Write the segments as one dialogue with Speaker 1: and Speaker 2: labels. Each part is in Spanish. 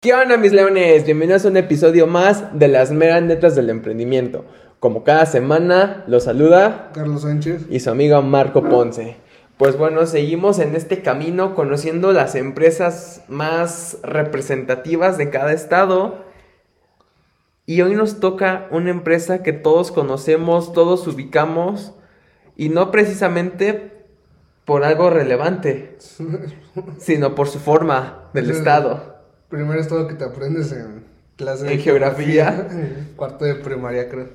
Speaker 1: ¿Qué onda mis leones? Bienvenidos a un episodio más de las meras netas del emprendimiento. Como cada semana, los saluda
Speaker 2: Carlos Sánchez.
Speaker 1: y su amigo Marco Ponce. Pues bueno, seguimos en este camino conociendo las empresas más representativas de cada estado. Y hoy nos toca una empresa que todos conocemos, todos ubicamos, y no precisamente por algo relevante, sino por su forma del
Speaker 2: Sí.
Speaker 1: estado.
Speaker 2: Primer estado que te aprendes en clase
Speaker 1: En geografía.
Speaker 2: En Cuarto de primaria, creo.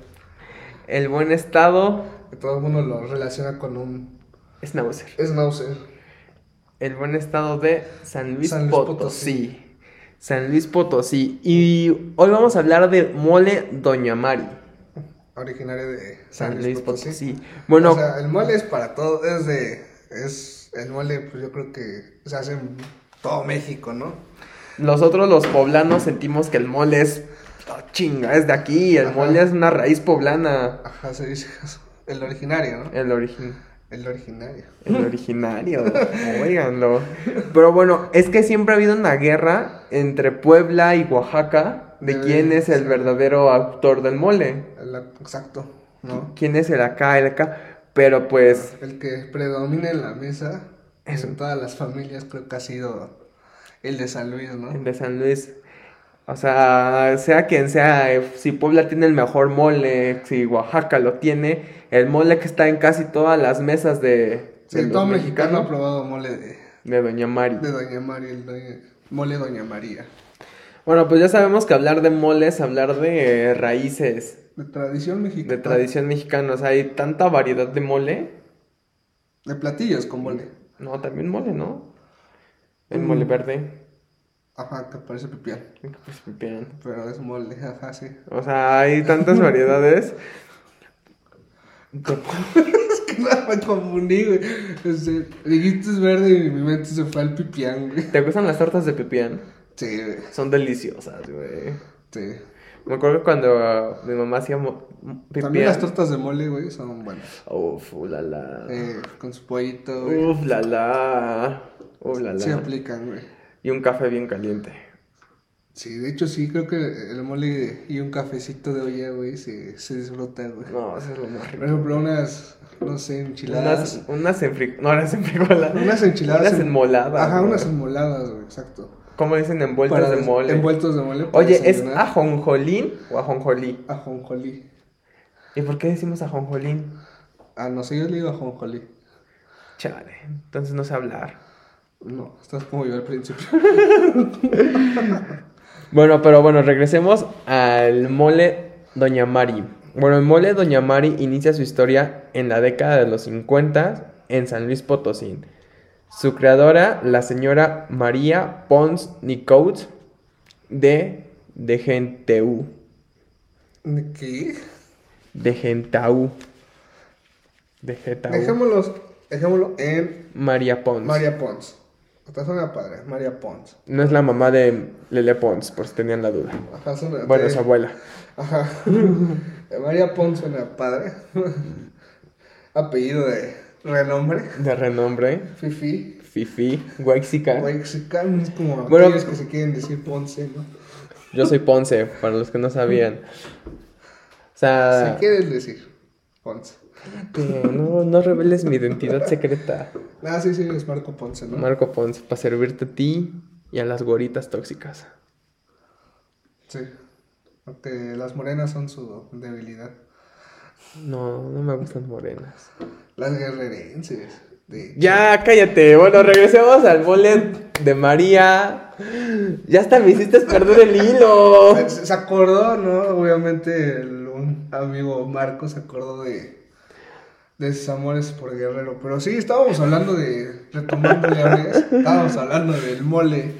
Speaker 1: El buen estado
Speaker 2: Que todo el mundo lo relaciona con un
Speaker 1: Schnauzer.
Speaker 2: schnauzer.
Speaker 1: El buen estado de San Luis,
Speaker 2: San Luis
Speaker 1: Potosí. San Luis Potosí. Y hoy vamos a hablar de mole Doña Mari.
Speaker 2: Originario de
Speaker 1: San, Luis Potosí. Bueno,
Speaker 2: O sea, el mole es para todo. Es de. Es, el mole, pues yo creo que se hace en todo México, ¿no?
Speaker 1: nosotros los poblanos sentimos que el mole es "Ah, chinga, es de aquí. El
Speaker 2: Ajá.
Speaker 1: mole es una raíz poblana.
Speaker 2: Ajá, se dice eso. El originario, ¿no?
Speaker 1: El origen.
Speaker 2: El originario.
Speaker 1: El originario, oiganlo. Pero bueno, es que siempre ha habido una guerra entre Puebla y Oaxaca de
Speaker 2: Eh,
Speaker 1: quién es el verdadero autor del mole.
Speaker 2: El- exacto, ¿no?
Speaker 1: ¿Quién es el acá, el acá? Pero pues,
Speaker 2: El que predomina en la mesa.
Speaker 1: Eso.
Speaker 2: En todas las familias creo que ha sido el de San Luis, ¿no?
Speaker 1: el de San Luis. O sea, sea quien sea, eh, si Puebla tiene el mejor mole, si Oaxaca lo tiene, el mole que está en casi todas las mesas de,
Speaker 2: Sí,
Speaker 1: de los
Speaker 2: todo mexicano ha
Speaker 1: mexicanos,
Speaker 2: probado mole de,
Speaker 1: de Doña Mari.
Speaker 2: de Doña María, el doña- mole Doña María.
Speaker 1: Bueno, pues ya sabemos que hablar de mole es hablar de eh, raíces,
Speaker 2: De tradición mexicana.
Speaker 1: de tradición mexicana. O sea, hay tanta variedad de mole.
Speaker 2: De platillos con mole.
Speaker 1: No, también mole, ¿no? El
Speaker 2: Mm.
Speaker 1: mole verde.
Speaker 2: Ajá, que parece pipián.
Speaker 1: Pues, bien.
Speaker 2: Pero es mole, ajá, sí.
Speaker 1: O sea, hay tantas variedades.
Speaker 2: Es que nada, me confundí, güey. Este, dijiste es verde y mi mente se fue al pipián, güey.
Speaker 1: ¿Te gustan las tortas de pipián?
Speaker 2: Sí, güey.
Speaker 1: Son deliciosas, güey.
Speaker 2: Sí.
Speaker 1: Me acuerdo cuando ah, mi mamá hacía mo-
Speaker 2: También
Speaker 1: pipián.
Speaker 2: las tortas de mole, güey, son buenas.
Speaker 1: Uf, ulala.
Speaker 2: Eh, con su pollito, güey.
Speaker 1: Uf, la la. Uf, la
Speaker 2: Sí
Speaker 1: la.
Speaker 2: aplican, güey.
Speaker 1: Y un café bien caliente.
Speaker 2: Sí, de hecho sí, creo que el mole y un cafecito de olla, güey, se, se disfruta, güey.
Speaker 1: No, eso es lo más
Speaker 2: Por
Speaker 1: rico.
Speaker 2: ejemplo, unas, no sé, enchiladas.
Speaker 1: Unas, unas en fri- No, unas en frijola.
Speaker 2: Unas enchiladas
Speaker 1: Unas
Speaker 2: en-
Speaker 1: enmoladas.
Speaker 2: Ajá,
Speaker 1: güey.
Speaker 2: unas enmoladas, güey, exacto.
Speaker 1: ¿Cómo dicen envueltas
Speaker 2: Para
Speaker 1: de
Speaker 2: des-
Speaker 1: mole?
Speaker 2: Envueltos de mole. para
Speaker 1: Oye, ¿es
Speaker 2: desayunar.
Speaker 1: ajonjolín o ajonjolí?
Speaker 2: Ajonjolí.
Speaker 1: ¿Y por qué decimos ajonjolín?
Speaker 2: Ah, no sé, yo le digo ajonjolí.
Speaker 1: Chale, entonces no sé hablar.
Speaker 2: No, estás como yo al principio.
Speaker 1: Bueno, pero bueno, regresemos al mole Doña Mari. Bueno, el mole Doña Mari inicia su historia en la década de los 50 en San Luis Potosí. Su creadora, la señora María Pons Nicout de de Genteu,
Speaker 2: ¿De ¿Qué?
Speaker 1: de Gentau. De Gentau.
Speaker 2: Dejémoslos, dejémoslo en
Speaker 1: María Pons.
Speaker 2: María Pons. Esta suena padre, María Pons.
Speaker 1: No es la mamá de Lele Pons, por si tenían la duda.
Speaker 2: Ajá, suena
Speaker 1: Bueno,
Speaker 2: sí.
Speaker 1: su abuela.
Speaker 2: Ajá. María Pons suena padre. Apellido de renombre.
Speaker 1: De renombre.
Speaker 2: Fifi.
Speaker 1: Fifi, Huexica.
Speaker 2: Mexicanos es como
Speaker 1: Bueno,
Speaker 2: aquellos que se quieren decir Ponce, ¿no?
Speaker 1: Yo soy Ponce, para los que no sabían. O sea,
Speaker 2: Se quieren decir Ponce.
Speaker 1: que no, no reveles mi identidad secreta,
Speaker 2: Ah, sí, sí, es Marco Ponce, ¿no?
Speaker 1: Marco Ponce, para servirte a ti y a las goritas tóxicas.
Speaker 2: sí. Porque las morenas son su debilidad.
Speaker 1: No, no me gustan morenas.
Speaker 2: Las guerrerenses. De...
Speaker 1: Ya, cállate. Bueno, regresemos al bolet de María. Ya hasta me hiciste perder el hilo.
Speaker 2: Se se acordó, ¿no? Obviamente el- un amigo Marco se acordó de, de sus amores por Guerrero. Pero sí, estábamos hablando de, retomando la vez, estábamos hablando del mole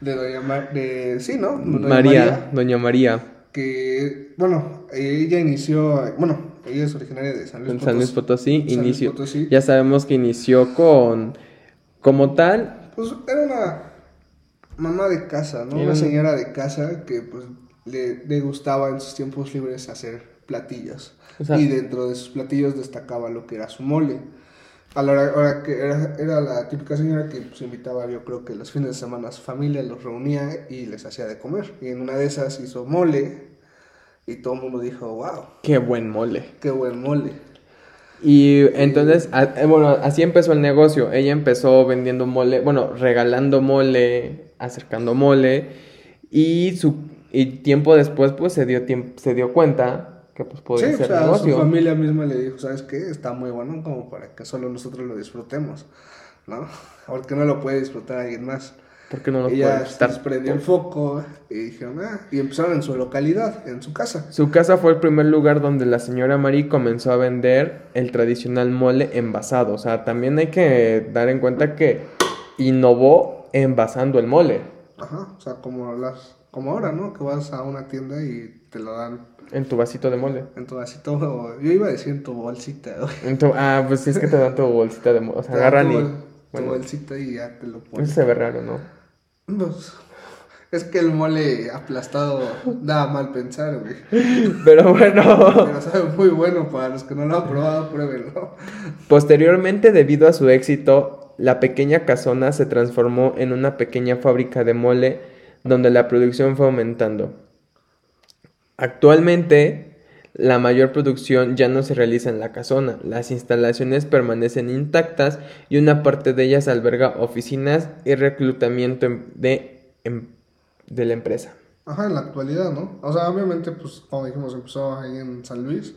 Speaker 2: de Doña Mar- de Sí, ¿no? Doña
Speaker 1: María, doña María,
Speaker 2: que, bueno, ella inició, bueno, ella es originaria de San Luis
Speaker 1: en
Speaker 2: Potosí.
Speaker 1: San Luis Potosí,
Speaker 2: San Luis
Speaker 1: inició.
Speaker 2: Potosí.
Speaker 1: Ya sabemos que inició con. Como tal,
Speaker 2: Pues era una mamá de casa, ¿no?
Speaker 1: Era
Speaker 2: Una
Speaker 1: una-
Speaker 2: señora de casa que pues le, le gustaba en sus tiempos libres hacer platillos.
Speaker 1: O sea-
Speaker 2: y dentro de sus platillos destacaba lo que era su mole. A la hora, hora que era, era la típica señora que pues, invitaba, yo creo que los fines de semana a su familia, los reunía y les hacía de comer. Y en una de esas hizo mole y todo el mundo dijo, wow,
Speaker 1: Qué buen mole.
Speaker 2: qué buen mole.
Speaker 1: Y entonces, a- eh, bueno, así empezó el negocio. Ella empezó vendiendo mole, bueno, regalando mole, acercando mole. Y su y tiempo después, pues se dio, tiemp- se dio cuenta que pues podía
Speaker 2: sí, o
Speaker 1: ser
Speaker 2: sea,
Speaker 1: negocio.
Speaker 2: su familia misma le dijo, ¿sabes qué? Está muy bueno como para que solo nosotros lo disfrutemos, ¿no? Porque no lo puede disfrutar alguien más.
Speaker 1: Porque no lo puede
Speaker 2: y ya
Speaker 1: estar.
Speaker 2: se prendió el foco y dijeron, ah, y empezaron en su localidad, en su casa.
Speaker 1: Su casa fue el primer lugar donde la señora Marie comenzó a vender el tradicional mole envasado. O sea, también hay que dar en cuenta que innovó envasando el mole.
Speaker 2: Ajá, o sea, como las, como ahora, ¿no? Que vas a una tienda y te lo dan
Speaker 1: En tu vasito de mole.
Speaker 2: en tu vasito, yo iba a decir en tu bolsita, güey.
Speaker 1: En tu- ah, pues es que te dan tu bolsita de mole. O sea,
Speaker 2: Te dan
Speaker 1: agarran
Speaker 2: tu
Speaker 1: y.
Speaker 2: bol- Tu
Speaker 1: Bueno,
Speaker 2: bolsita y ya te lo
Speaker 1: eso
Speaker 2: pones.
Speaker 1: se ve raro, ¿no?
Speaker 2: Pues, es que el mole aplastado da a mal pensar, güey.
Speaker 1: Pero bueno.
Speaker 2: Pero sabe muy bueno para los que no lo han probado, pruébenlo.
Speaker 1: Posteriormente, debido a su éxito, la pequeña casona se transformó en una pequeña fábrica de mole donde la producción fue aumentando. Actualmente, la mayor producción ya no se realiza en la casona, las instalaciones permanecen intactas y una parte de ellas alberga oficinas y reclutamiento em- de, em- de la empresa.
Speaker 2: Ajá, en la actualidad, ¿no? O sea, obviamente, pues, como dijimos, empezó ahí en San Luis.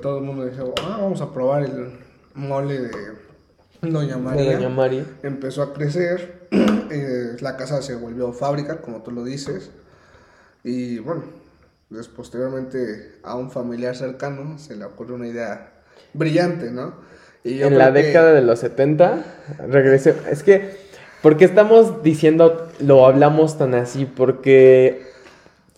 Speaker 2: Todo el mundo dijo, ah, vamos a probar el mole de Doña María.
Speaker 1: De Doña Mari.
Speaker 2: empezó a crecer, eh, la casa se volvió fábrica, como tú lo dices, y bueno, pues, posteriormente a un familiar cercano se le ocurrió una idea brillante, ¿no? Y yo
Speaker 1: en
Speaker 2: creo
Speaker 1: la
Speaker 2: que-
Speaker 1: década de los 70, regresé. Es que, ¿por qué estamos diciendo, lo hablamos tan así? Porque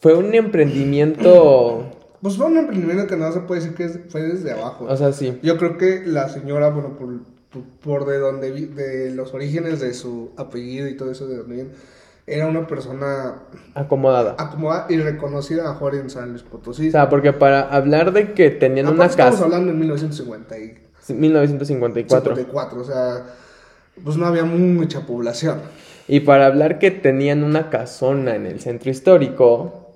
Speaker 1: fue un emprendimiento,
Speaker 2: Pues fue un emprendimiento que no se puede decir que es- fue desde abajo.
Speaker 1: o sea, sí.
Speaker 2: yo creo que la señora, bueno, por, por- por de donde vi- de los orígenes de su apellido y todo eso de donde viene, era una persona
Speaker 1: Acomodada.
Speaker 2: acomodada y reconocida a Juárez en San Luis Potosí.
Speaker 1: O sea, porque para hablar de que tenían
Speaker 2: Aparte
Speaker 1: una
Speaker 2: estamos
Speaker 1: casa...
Speaker 2: hablando en 1950 y
Speaker 1: 1954.
Speaker 2: 54, o sea, pues no había mucha población.
Speaker 1: Y para hablar que tenían una casona en el centro histórico,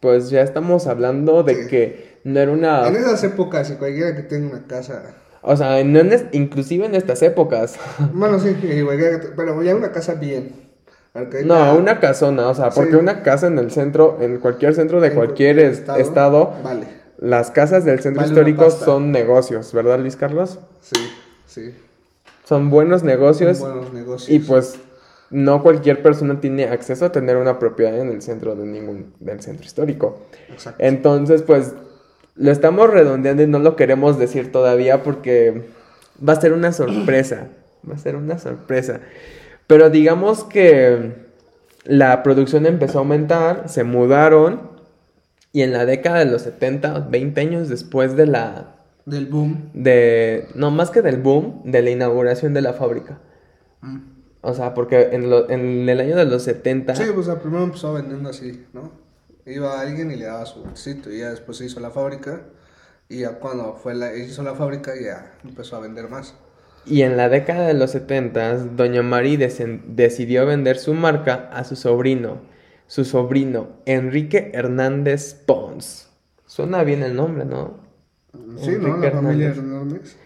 Speaker 1: pues ya estamos hablando de
Speaker 2: Sí.
Speaker 1: que no era una...
Speaker 2: En esas épocas, si cualquiera que tenga una casa,
Speaker 1: O sea, no en es- inclusive en estas épocas.
Speaker 2: bueno, sí, que cualquiera que te- pero ya una casa bien. porque ahorita
Speaker 1: No, una casona, o sea, porque
Speaker 2: Sí.
Speaker 1: una casa en el centro, en cualquier centro de
Speaker 2: en
Speaker 1: cualquier es- estado,
Speaker 2: Vale,
Speaker 1: las casas del centro
Speaker 2: Vale una
Speaker 1: histórico
Speaker 2: pasta.
Speaker 1: son negocios, ¿verdad, Luis Carlos?
Speaker 2: sí, sí.
Speaker 1: Son buenos negocios
Speaker 2: Son buenos negocios.
Speaker 1: y pues no cualquier persona tiene acceso a tener una propiedad en el centro de ningún del centro histórico.
Speaker 2: Exacto.
Speaker 1: Entonces, pues lo estamos redondeando y no lo queremos decir todavía porque va a ser una sorpresa. Va a ser una sorpresa. Pero digamos que la producción empezó a aumentar, se mudaron y en la década de los 70, 20 años después de la
Speaker 2: Del boom.
Speaker 1: de no más que del boom de la inauguración de la fábrica.
Speaker 2: Mm.
Speaker 1: O sea, porque en, lo- en el año de los 70
Speaker 2: Sí, pues al primero empezó vendiendo así, ¿no? Iba alguien y le daba su bolsito y ya después se hizo la fábrica y ya cuando fue la, hizo la fábrica ya empezó a vender más.
Speaker 1: Y en la década de los 70, Doña María decidió vender su marca a su sobrino, su sobrino Enrique Hernández Pons. Suena bien el nombre, ¿no?
Speaker 2: Sí, ¿no?
Speaker 1: Enrique
Speaker 2: La familia
Speaker 1: Hernández.
Speaker 2: Hernández.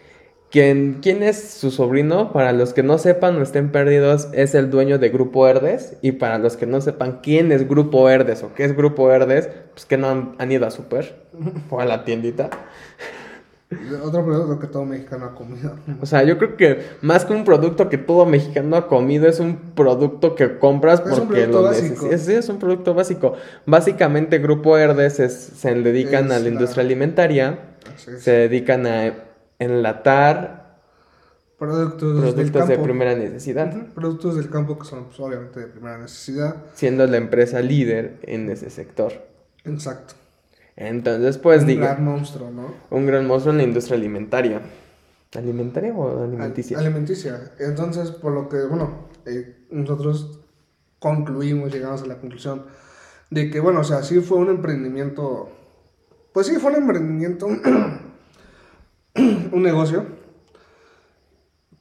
Speaker 1: ¿Quién, ¿Quién es su sobrino? Para los que no sepan o estén perdidos, es el dueño de Grupo Herdes. Y para los que no sepan quién es Grupo Herdes o qué es Grupo Herdes, pues que no han, han ido a Super o a la tiendita.
Speaker 2: Otro producto que todo mexicano ha comido.
Speaker 1: O sea, yo creo que más que un producto que todo mexicano ha comido, es un producto que compras
Speaker 2: Es un
Speaker 1: porque
Speaker 2: producto
Speaker 1: lo
Speaker 2: básico.
Speaker 1: necesitas. Sí, es un producto básico. Básicamente, Grupo Herdes es- se dedican
Speaker 2: Es
Speaker 1: a la
Speaker 2: la-
Speaker 1: industria alimentaria,
Speaker 2: Así es.
Speaker 1: se dedican a enlatar
Speaker 2: Productos, del
Speaker 1: productos
Speaker 2: campo.
Speaker 1: de primera necesidad,
Speaker 2: Ujú, Productos del campo que son pues, obviamente de primera necesidad.
Speaker 1: siendo la empresa líder en ese sector.
Speaker 2: Exacto.
Speaker 1: Entonces, pues,
Speaker 2: Un
Speaker 1: diga,
Speaker 2: gran monstruo, ¿no?
Speaker 1: un gran monstruo en la industria alimentaria. ¿Alimentaria o alimenticia?
Speaker 2: Al- Alimenticia. Entonces, por lo que, bueno, eh, nosotros concluimos, llegamos a la conclusión de que, bueno, o sea, sí fue un emprendimiento, pues sí, fue un emprendimiento, un negocio,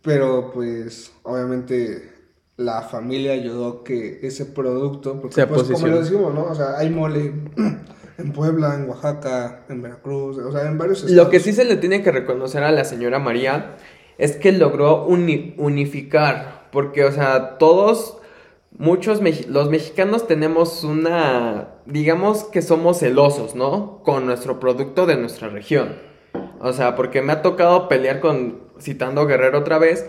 Speaker 2: Pero pues obviamente la familia ayudó que ese producto, porque
Speaker 1: Se
Speaker 2: pues como
Speaker 1: posicione.
Speaker 2: lo decimos, ¿no? O sea, hay mole en Puebla, en Oaxaca, en Veracruz, o sea, en varios
Speaker 1: Lo que
Speaker 2: estados.
Speaker 1: sí se le tiene que reconocer a la señora María es que logró uni- unificar, porque, o sea, todos, muchos, mex- los mexicanos tenemos una, digamos que somos celosos, ¿no? Con nuestro producto de nuestra región. O sea, porque me ha tocado pelear con, citando Guerrero otra vez,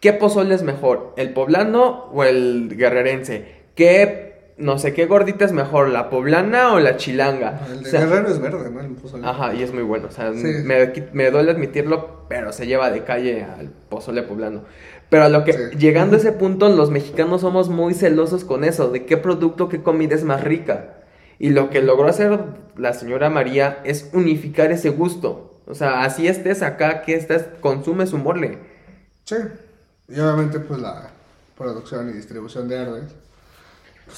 Speaker 1: ¿qué pozole es mejor? ¿El poblano o el guerrerense? ¿Qué, no sé, qué gordita es mejor, la poblana o la chilanga?
Speaker 2: Ah, El de
Speaker 1: O sea,
Speaker 2: Guerrero es verde, ¿no? El pozole.
Speaker 1: Ajá, y es muy bueno. O sea,
Speaker 2: Sí.
Speaker 1: me, qui- me duele admitirlo, pero se lleva de calle al pozole poblano. Pero a lo que,
Speaker 2: Sí.
Speaker 1: llegando a ese punto, los mexicanos somos muy celosos con eso, de qué producto, qué comida es más rica. Y lo que logró hacer la señora María es unificar ese gusto. O sea, así estés acá, que estés, consume su mole.
Speaker 2: Sí. Y obviamente pues la producción y distribución de Ardes.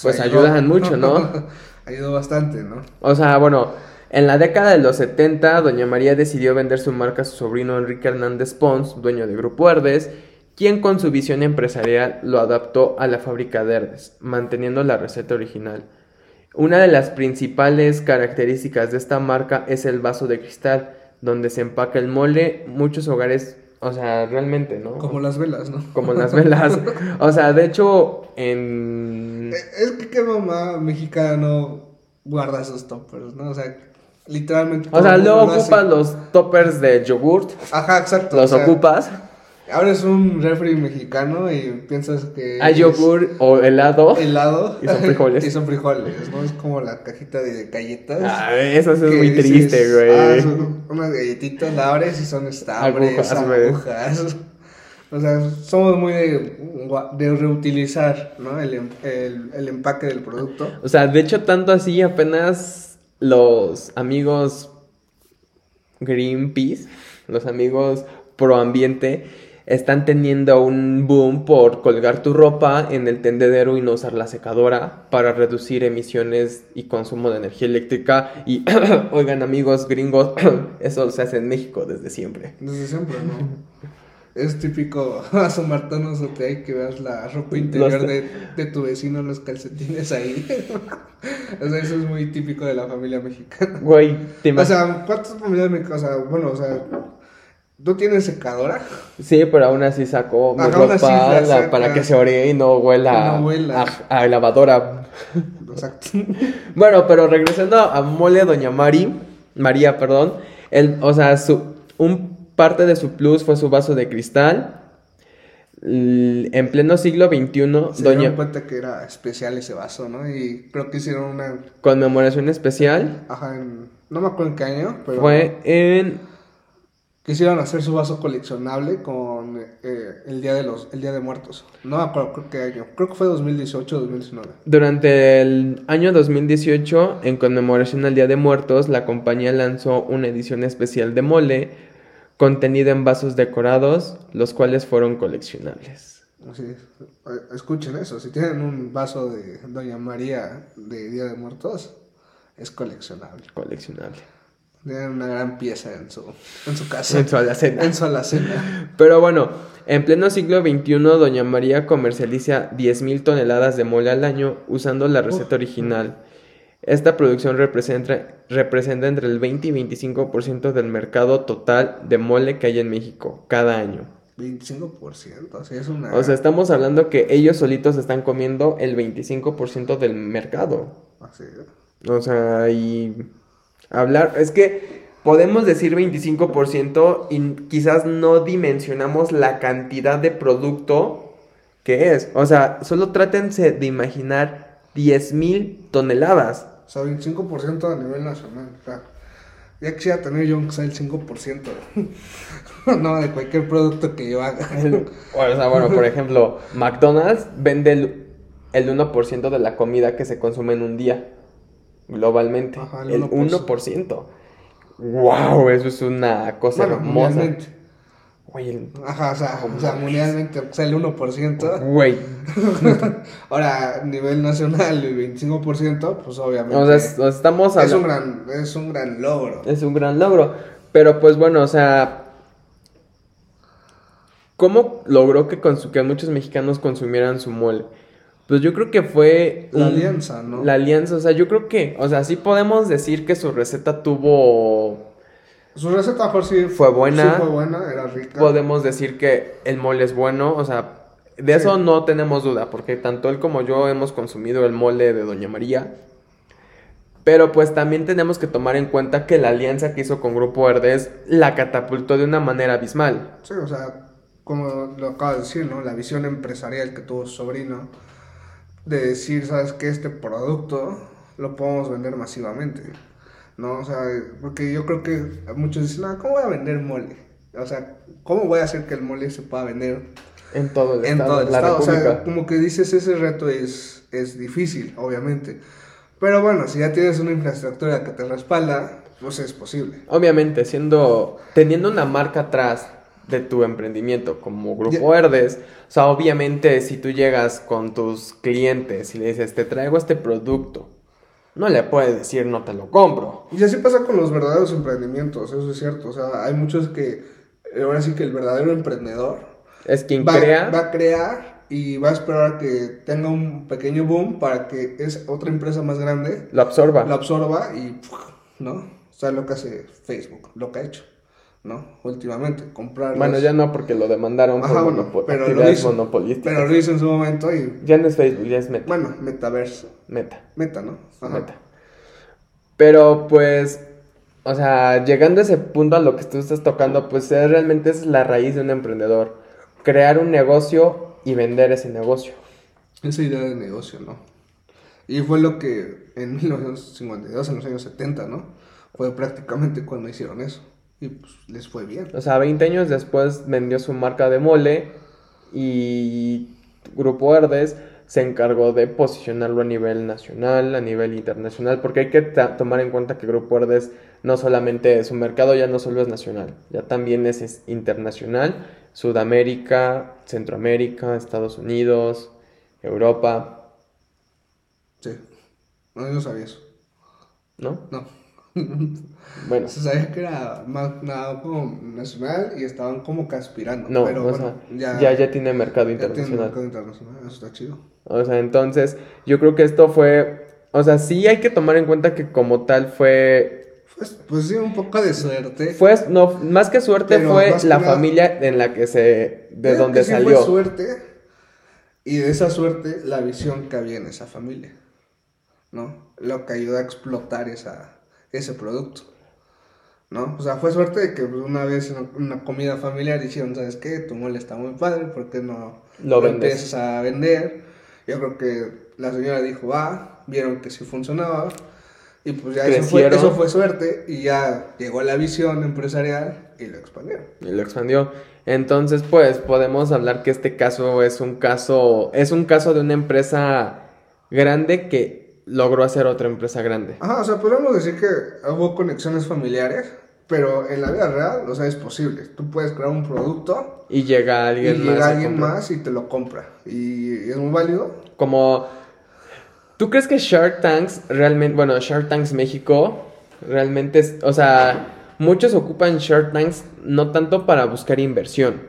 Speaker 1: Pues ayudan mucho, ¿no?
Speaker 2: ayudó bastante, ¿no?
Speaker 1: O sea, bueno, en la década de los 70, Doña María decidió vender su marca a su sobrino Enrique Hernández Pons, dueño de Grupo Herdes, quien con su visión empresarial lo adaptó a la fábrica de Herdes, manteniendo la receta original. Una de las principales características de esta marca es el vaso de cristal, donde se empaca el mole. Muchos hogares, o sea, realmente, ¿no?
Speaker 2: Como las velas, ¿no?
Speaker 1: Como las velas. O sea, de hecho, en...
Speaker 2: Eh, Es que qué mamá mexicano guarda esos toppers, ¿no? O sea, literalmente.
Speaker 1: O sea, luego
Speaker 2: todo el mundo
Speaker 1: ocupas
Speaker 2: hace-
Speaker 1: los toppers de yogurt,
Speaker 2: Ajá, exacto.
Speaker 1: los
Speaker 2: o sea,
Speaker 1: ocupas.
Speaker 2: Abres un refri mexicano y piensas que.
Speaker 1: Hay
Speaker 2: eh, es
Speaker 1: yogur o helado.
Speaker 2: Helado.
Speaker 1: Y son frijoles.
Speaker 2: y son frijoles, ¿no? Es como la cajita de galletas.
Speaker 1: Ah, eso sí es
Speaker 2: que
Speaker 1: muy
Speaker 2: dices,
Speaker 1: triste,
Speaker 2: "Ah,
Speaker 1: güey.
Speaker 2: son unas galletitas, la abres y son estabres,
Speaker 1: Agujas, güey.
Speaker 2: agujas. O sea, somos muy de, de reutilizar, ¿no? El, em- el- el empaque del producto.
Speaker 1: O sea, de hecho, tanto así apenas los amigos Greenpeace, los amigos pro ambiente, están teniendo un boom por colgar tu ropa en el tendedero y no usar la secadora para reducir emisiones y consumo de energía eléctrica. Y oigan, amigos gringos, eso se hace en México desde siempre.
Speaker 2: Desde siempre, ¿no? Es típico asomarte a un azotea y que veas la ropa
Speaker 1: Los
Speaker 2: interior
Speaker 1: te-
Speaker 2: de, de tu vecino, los calcetines ahí. o sea, eso es muy típico de la familia mexicana.
Speaker 1: Güey, te
Speaker 2: O
Speaker 1: imaginas.
Speaker 2: sea, ¿cuántas familias mexicanas? O sea, bueno, o sea, ¿tú tienes secadora?
Speaker 1: Sí, pero aún así sacó mi
Speaker 2: Ajá, aún
Speaker 1: ropa
Speaker 2: así la
Speaker 1: la-
Speaker 2: saca.
Speaker 1: para que se ore y no huela,
Speaker 2: Y no huela.
Speaker 1: A, a lavadora.
Speaker 2: Exacto.
Speaker 1: Bueno, pero regresando a Mole Doña Mari, María, perdón, el, o sea, su, un parte de su plus fue su vaso de cristal. L- En pleno siglo XXI,
Speaker 2: Se
Speaker 1: Doña
Speaker 2: dieron cuenta que era especial ese vaso, ¿no? Y creo que hicieron una.
Speaker 1: conmemoración especial
Speaker 2: Ajá, en- no me acuerdo en qué año, pero.
Speaker 1: fue en
Speaker 2: Quisieron hacer su vaso coleccionable con eh, el día de los el día de muertos. No me acuerdo creo que año. Creo que fue 2018 o 2019.
Speaker 1: Durante el año 2018, en conmemoración al Día de Muertos, la compañía lanzó una edición especial de mole contenida en vasos decorados, los cuales fueron coleccionables.
Speaker 2: Así es. Eh, Escuchen eso, si tienen un vaso de Doña María de Día de Muertos, es coleccionable.
Speaker 1: Coleccionable.
Speaker 2: Tienen una gran pieza en su en su casa.
Speaker 1: En su alacena.
Speaker 2: En su alacena.
Speaker 1: Pero bueno, en pleno siglo XXI, Doña María comercializa 10.000 toneladas de mole al año usando la receta original. Esta producción representa, representa entre el 20 y 25% del mercado total de mole que hay en México cada año.
Speaker 2: 25%, así es una
Speaker 1: O sea, estamos hablando que ellos solitos están comiendo el 25% del mercado.
Speaker 2: así es.
Speaker 1: O sea, y hablar, es que podemos decir 25% y quizás no dimensionamos la cantidad de producto que es. O sea, solo trátense de imaginar 10.000 toneladas.
Speaker 2: O sea, 25% a nivel nacional. o sea, ya quisiera tener yo aunque sea el 5%. no, de cualquier producto que yo haga.
Speaker 1: O sea, bueno, por ejemplo, McDonald's vende el, el 1% de la comida que se consume en un día, globalmente.
Speaker 2: Ajá,
Speaker 1: el,
Speaker 2: el
Speaker 1: 1%. ¡Wow! Eso es una cosa
Speaker 2: Bueno,
Speaker 1: hermosa.
Speaker 2: mundialmente.
Speaker 1: Güey, el-
Speaker 2: Ajá, o sea, o sea, mundialmente, o sea, el 1%.
Speaker 1: güey,
Speaker 2: Ahora, a nivel nacional, el 25%, pues obviamente.
Speaker 1: o sea,
Speaker 2: es,
Speaker 1: es- o sea, estamos
Speaker 2: un
Speaker 1: hablando-
Speaker 2: gran, es un gran logro.
Speaker 1: es un gran logro. Pero pues bueno, o sea, ¿Cómo logró que, consu- que muchos mexicanos consumieran su mole? Pues yo creo que fue...
Speaker 2: La
Speaker 1: un-
Speaker 2: alianza, ¿no?
Speaker 1: La alianza, o sea, yo creo que, o sea, sí podemos decir que su receta tuvo...
Speaker 2: Su receta mejor sí
Speaker 1: Fue buena.
Speaker 2: Sí fue buena, era rica.
Speaker 1: Podemos decir que el mole es bueno, o sea, de
Speaker 2: Sí.
Speaker 1: eso no tenemos duda, porque tanto él como yo hemos consumido el mole de Doña María. Pero pues también tenemos que tomar en cuenta que la alianza que hizo con Grupo Herdez la catapultó de una manera abismal.
Speaker 2: Sí, o sea, como lo acaba de decir, ¿no? La visión empresarial que tuvo su sobrino de decir, ¿sabes qué? Este producto lo podemos vender masivamente, ¿no? O sea, porque yo creo que muchos dicen, ah, ¿cómo voy a vender mole? O sea, ¿cómo voy a hacer que el mole se pueda vender
Speaker 1: En todo el
Speaker 2: en
Speaker 1: estado,
Speaker 2: todo el
Speaker 1: la
Speaker 2: estado. O sea,
Speaker 1: República.
Speaker 2: como que dices, ese reto es, es difícil, obviamente. Pero bueno, si ya tienes una infraestructura que te respalda, pues es posible.
Speaker 1: Obviamente, siendo, teniendo una marca atrás de tu emprendimiento como Grupo Verdes, o sea, obviamente si tú llegas con tus clientes y le dices, te traigo este producto, no le puedes decir, no te lo compro.
Speaker 2: Y así pasa con los verdaderos emprendimientos, eso es cierto. O sea, hay muchos que, eh, ahora sí que el verdadero emprendedor
Speaker 1: Es quien
Speaker 2: va,
Speaker 1: crea,
Speaker 2: va a crear y va a esperar que tenga un pequeño boom para que es otra empresa más grande
Speaker 1: lo absorba.
Speaker 2: la absorba y, ¿no? O sea, lo que hace Facebook, lo que ha hecho, ¿no? Últimamente, comprar...
Speaker 1: Bueno,
Speaker 2: las-
Speaker 1: ya no porque lo demandaron por
Speaker 2: Ajá, bueno,
Speaker 1: monopo-
Speaker 2: pero lo
Speaker 1: actividades
Speaker 2: hizo.
Speaker 1: monopolísticas.
Speaker 2: Pero lo hizo en su momento y,
Speaker 1: Ya no es Facebook, ya es Meta.
Speaker 2: bueno, metaverso.
Speaker 1: Meta.
Speaker 2: Meta, ¿no? Ajá.
Speaker 1: Neta. Pero pues, o sea, llegando a ese punto a lo que tú estás tocando, pues es- realmente es la raíz de un emprendedor. Crear un negocio y vender ese negocio.
Speaker 2: Esa idea de negocio, ¿no? Y fue lo que en 1952, en los años 70, ¿no? Fue prácticamente cuando hicieron eso. Y pues les fue bien.
Speaker 1: O sea, 20 años después vendió su marca de mole y Grupo Verdes se encargó de posicionarlo a nivel nacional, a nivel internacional, porque hay que ta- tomar en cuenta que Grupo Verdes no solamente su mercado ya no solo es nacional, ya también es, es internacional, Sudamérica, Centroamérica, Estados Unidos, Europa,
Speaker 2: Sí. No, yo no sabía eso.
Speaker 1: ¿no?
Speaker 2: No.
Speaker 1: Bueno,
Speaker 2: Se sabía que era más nada como nacional y estaban como que aspirando.
Speaker 1: no,
Speaker 2: pero
Speaker 1: o
Speaker 2: bueno,
Speaker 1: sea, ya, ya tiene mercado
Speaker 2: ya tienen
Speaker 1: internacional.
Speaker 2: mercado internacional. Eso está chido.
Speaker 1: O sea, entonces, yo creo que esto fue. O sea, sí hay que tomar en cuenta que como tal fue.
Speaker 2: Pues, pues sí, un poco de suerte.
Speaker 1: Fue, no, más que suerte
Speaker 2: Pero
Speaker 1: fue
Speaker 2: más que
Speaker 1: la
Speaker 2: nada-
Speaker 1: familia en la que se. de
Speaker 2: Creo
Speaker 1: donde
Speaker 2: que sí
Speaker 1: salió.
Speaker 2: Fue suerte. Y de esa suerte, la visión que había en esa familia. ¿No? Lo que ayuda a explotar esa, ese producto. ¿No? O sea, fue suerte de que pues, una vez en una comida familiar dijeron, ¿sabes qué? Tu mole está muy padre, ¿por qué no
Speaker 1: Lo vendes".
Speaker 2: empiezas a vender? Yo creo que la señora dijo, va, vieron que sí funcionaba. Y pues ya eso fue,
Speaker 1: Crecieron.
Speaker 2: eso fue suerte y ya llegó la visión empresarial y lo expandieron.
Speaker 1: Y lo expandió. Entonces, pues, podemos hablar que este caso es un caso. Es un caso de una empresa grande que logró hacer otra empresa grande.
Speaker 2: Ajá, o sea, podríamos decir que hubo conexiones familiares, pero en la vida real, o sea, es posible. Tú puedes crear un producto
Speaker 1: Y llega
Speaker 2: y,
Speaker 1: alguien más.
Speaker 2: llega
Speaker 1: a
Speaker 2: alguien
Speaker 1: comprar.
Speaker 2: más y te lo compra. Y es muy válido.
Speaker 1: Como. ¿Tú crees que Shark Tanks realmente. Bueno, Shark Tanks México realmente es. O sea, muchos ocupan Shark Tanks no tanto para buscar inversión,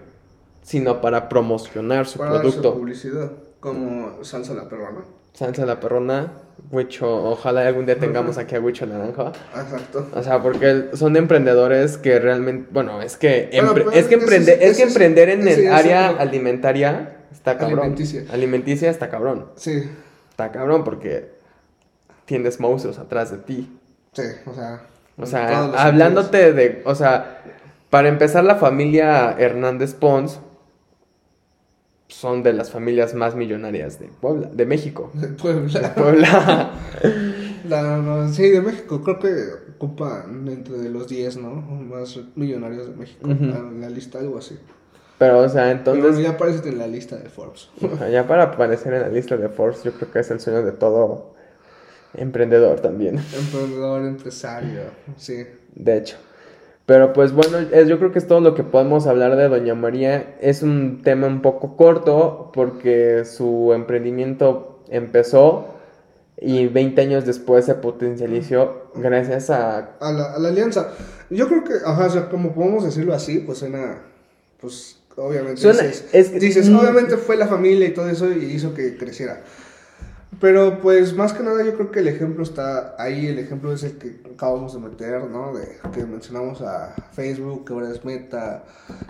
Speaker 1: sino para promocionar su
Speaker 2: para darse
Speaker 1: producto.
Speaker 2: publicidad, como salsa la perrona.
Speaker 1: Salsa la perrona, Huicho. Ojalá algún día tengamos aquí a Huicho Naranja.
Speaker 2: Exacto.
Speaker 1: O sea, porque son emprendedores que realmente. Bueno, es que.
Speaker 2: Pero,
Speaker 1: empre-
Speaker 2: pues,
Speaker 1: es que
Speaker 2: ese es-
Speaker 1: emprender, es,
Speaker 2: ese
Speaker 1: que
Speaker 2: es-
Speaker 1: emprender en
Speaker 2: ese
Speaker 1: el
Speaker 2: es
Speaker 1: área
Speaker 2: otro-
Speaker 1: alimentaria está cabrón.
Speaker 2: Alimenticia.
Speaker 1: Alimenticia está cabrón.
Speaker 2: Sí,
Speaker 1: Está cabrón porque tienes monstruos atrás de ti.
Speaker 2: sí, o sea.
Speaker 1: O
Speaker 2: en
Speaker 1: sea,
Speaker 2: todos los
Speaker 1: hablándote de, o sea, para empezar la familia Hernández Pons son de las familias más millonarias de Puebla, de México.
Speaker 2: sentidos. De Puebla.
Speaker 1: Puebla.
Speaker 2: La- no, sí, de México. Creo que ocupan entre los 10, ¿no? Más millonarios de México.
Speaker 1: Ujú.
Speaker 2: En la lista, algo así.
Speaker 1: Pero, o sea,
Speaker 2: Pero
Speaker 1: entonces,
Speaker 2: ya aparecen en la lista de Forbes.
Speaker 1: o sea, ya para aparecer en la lista de Forbes, yo creo que es el sueño de todo emprendedor también.
Speaker 2: Emprendedor, empresario, sí.
Speaker 1: De hecho. Pero pues bueno, es- yo creo que es todo lo que podemos hablar de Doña María. Es un tema un poco corto porque su emprendimiento empezó y 20 años después se potencializó gracias a...
Speaker 2: A la, a la alianza. Yo creo que, ajá, o sea, como podemos decirlo así, pues suena, pues obviamente
Speaker 1: Suena-
Speaker 2: dices,
Speaker 1: es que-
Speaker 2: dices,
Speaker 1: mm.
Speaker 2: obviamente fue la familia y todo eso y hizo que creciera. Pero pues más que nada yo creo que el ejemplo está ahí, el ejemplo es el que acabamos de meter, ¿no? De que mencionamos a Facebook, que ahora es Meta,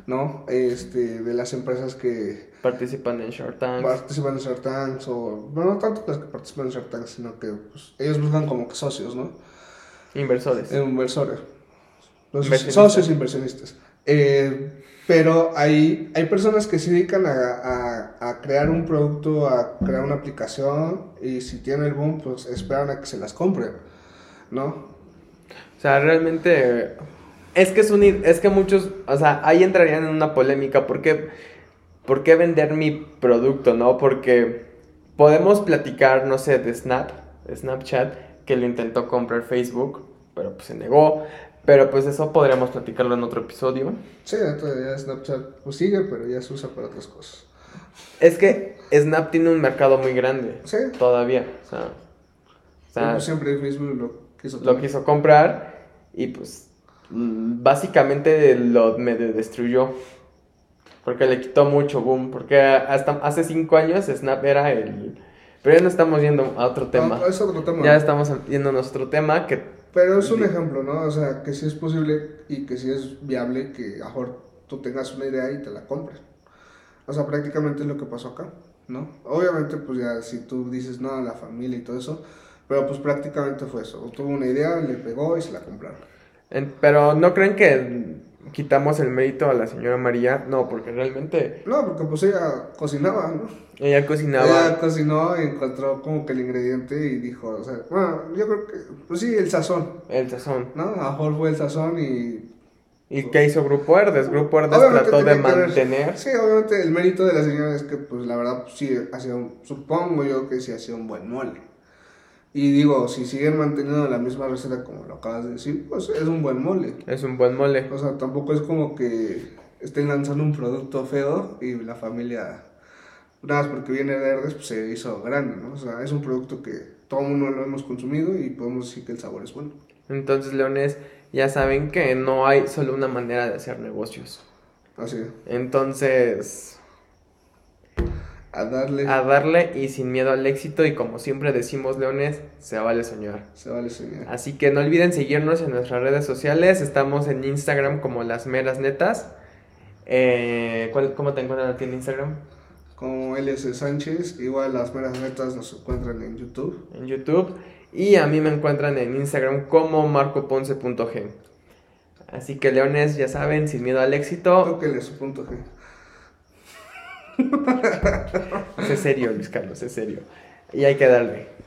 Speaker 2: ¿no? Este, de las empresas que
Speaker 1: Participan en Short Tanks.
Speaker 2: participan en Shark Tanks o bueno, no tanto las que participan en Shark Tanks, sino que pues, ellos buscan como que socios, ¿no?
Speaker 1: Inversores.
Speaker 2: Inversores. Los
Speaker 1: Inversionistas.
Speaker 2: socios inversionistas. Eh, pero hay, hay personas que se dedican a, a- a crear un producto, a crear una aplicación y si tienen el boom, pues esperan a que se las compren, ¿no?
Speaker 1: O sea, realmente. Es que es un. Es que muchos. O sea, ahí entrarían en una polémica. ¿Por qué, por qué vender mi producto, no? Porque podemos platicar, no sé, de Snap, de Snapchat, que lo intentó comprar Facebook, pero pues se negó. Pero pues eso podríamos platicarlo en otro episodio.
Speaker 2: Sí, todavía Snapchat pues, sigue, pero ya se usa para otras cosas.
Speaker 1: Es que Snap tiene un mercado muy grande.
Speaker 2: Sí.
Speaker 1: Todavía. O sea. o sea,
Speaker 2: Como siempre Facebook lo quiso
Speaker 1: lo
Speaker 2: tomar.
Speaker 1: quiso comprar y pues mm, básicamente lo medio destruyó porque le quitó mucho boom porque hasta hace cinco años Snap era el pero ya no estamos yendo a otro tema
Speaker 2: Ah, es otro tema.
Speaker 1: ya estamos yendo a nuestro tema que
Speaker 2: Pero es un ejemplo, ¿no? O sea, que sí es posible y que sí es viable que a lo mejor tú tengas una idea y te la compres. O sea, prácticamente es lo que pasó acá, ¿no? Obviamente, pues ya si tú dices, no, la familia y todo eso, pero pues prácticamente fue eso. Tuvo una idea, le pegó y se la compraron.
Speaker 1: en- pero no creen que quitamos el mérito a la señora María no porque realmente
Speaker 2: No, porque pues ella cocinaba, ¿no?
Speaker 1: ella
Speaker 2: Ella
Speaker 1: cocinaba
Speaker 2: cocinó y encontró como que el ingrediente y dijo, o sea, bueno, yo creo que, pues sí, el sazón,
Speaker 1: el sazón
Speaker 2: ¿no? A lo mejor fue el sazón y
Speaker 1: y qué hizo Grupo Herdes Grupo Herdes
Speaker 2: Obviamente
Speaker 1: trató de
Speaker 2: tiene que ver-
Speaker 1: mantener
Speaker 2: Sí, obviamente el mérito de la señora es que, pues la verdad, pues, sí, ha sido un- supongo yo que sí ha sido un buen mole. Y digo, si siguen manteniendo la misma receta como lo acabas de decir, pues es un buen mole.
Speaker 1: es un buen mole
Speaker 2: O sea, tampoco es como que estén lanzando un producto feo y la familia, nada más porque viene de Herdes, pues se hizo grande, ¿no? O sea, es un producto que todo el mundo lo hemos consumido y podemos decir que el sabor es bueno.
Speaker 1: Entonces, leones, ya saben que no hay solo una manera de hacer negocios.
Speaker 2: Así,
Speaker 1: Entonces,
Speaker 2: a darle,
Speaker 1: a darle y sin miedo al éxito y como siempre decimos, leones, se vale soñar.
Speaker 2: se vale señora.
Speaker 1: Así que no olviden seguirnos en nuestras redes sociales. Estamos en Instagram como las meras netas. Eh, ¿cuál- ¿Cómo te encuentran a ti en Instagram?
Speaker 2: como LS Sánchez. Igual las meras netas nos encuentran en YouTube.
Speaker 1: En YouTube. Y a mí me encuentran en Instagram como marcoponce.g. Así que, leones, ya saben, sin miedo al éxito.
Speaker 2: Tóquenle su punto G.
Speaker 1: Sé serio, Luis Carlos, sé serio. Y hay que darle.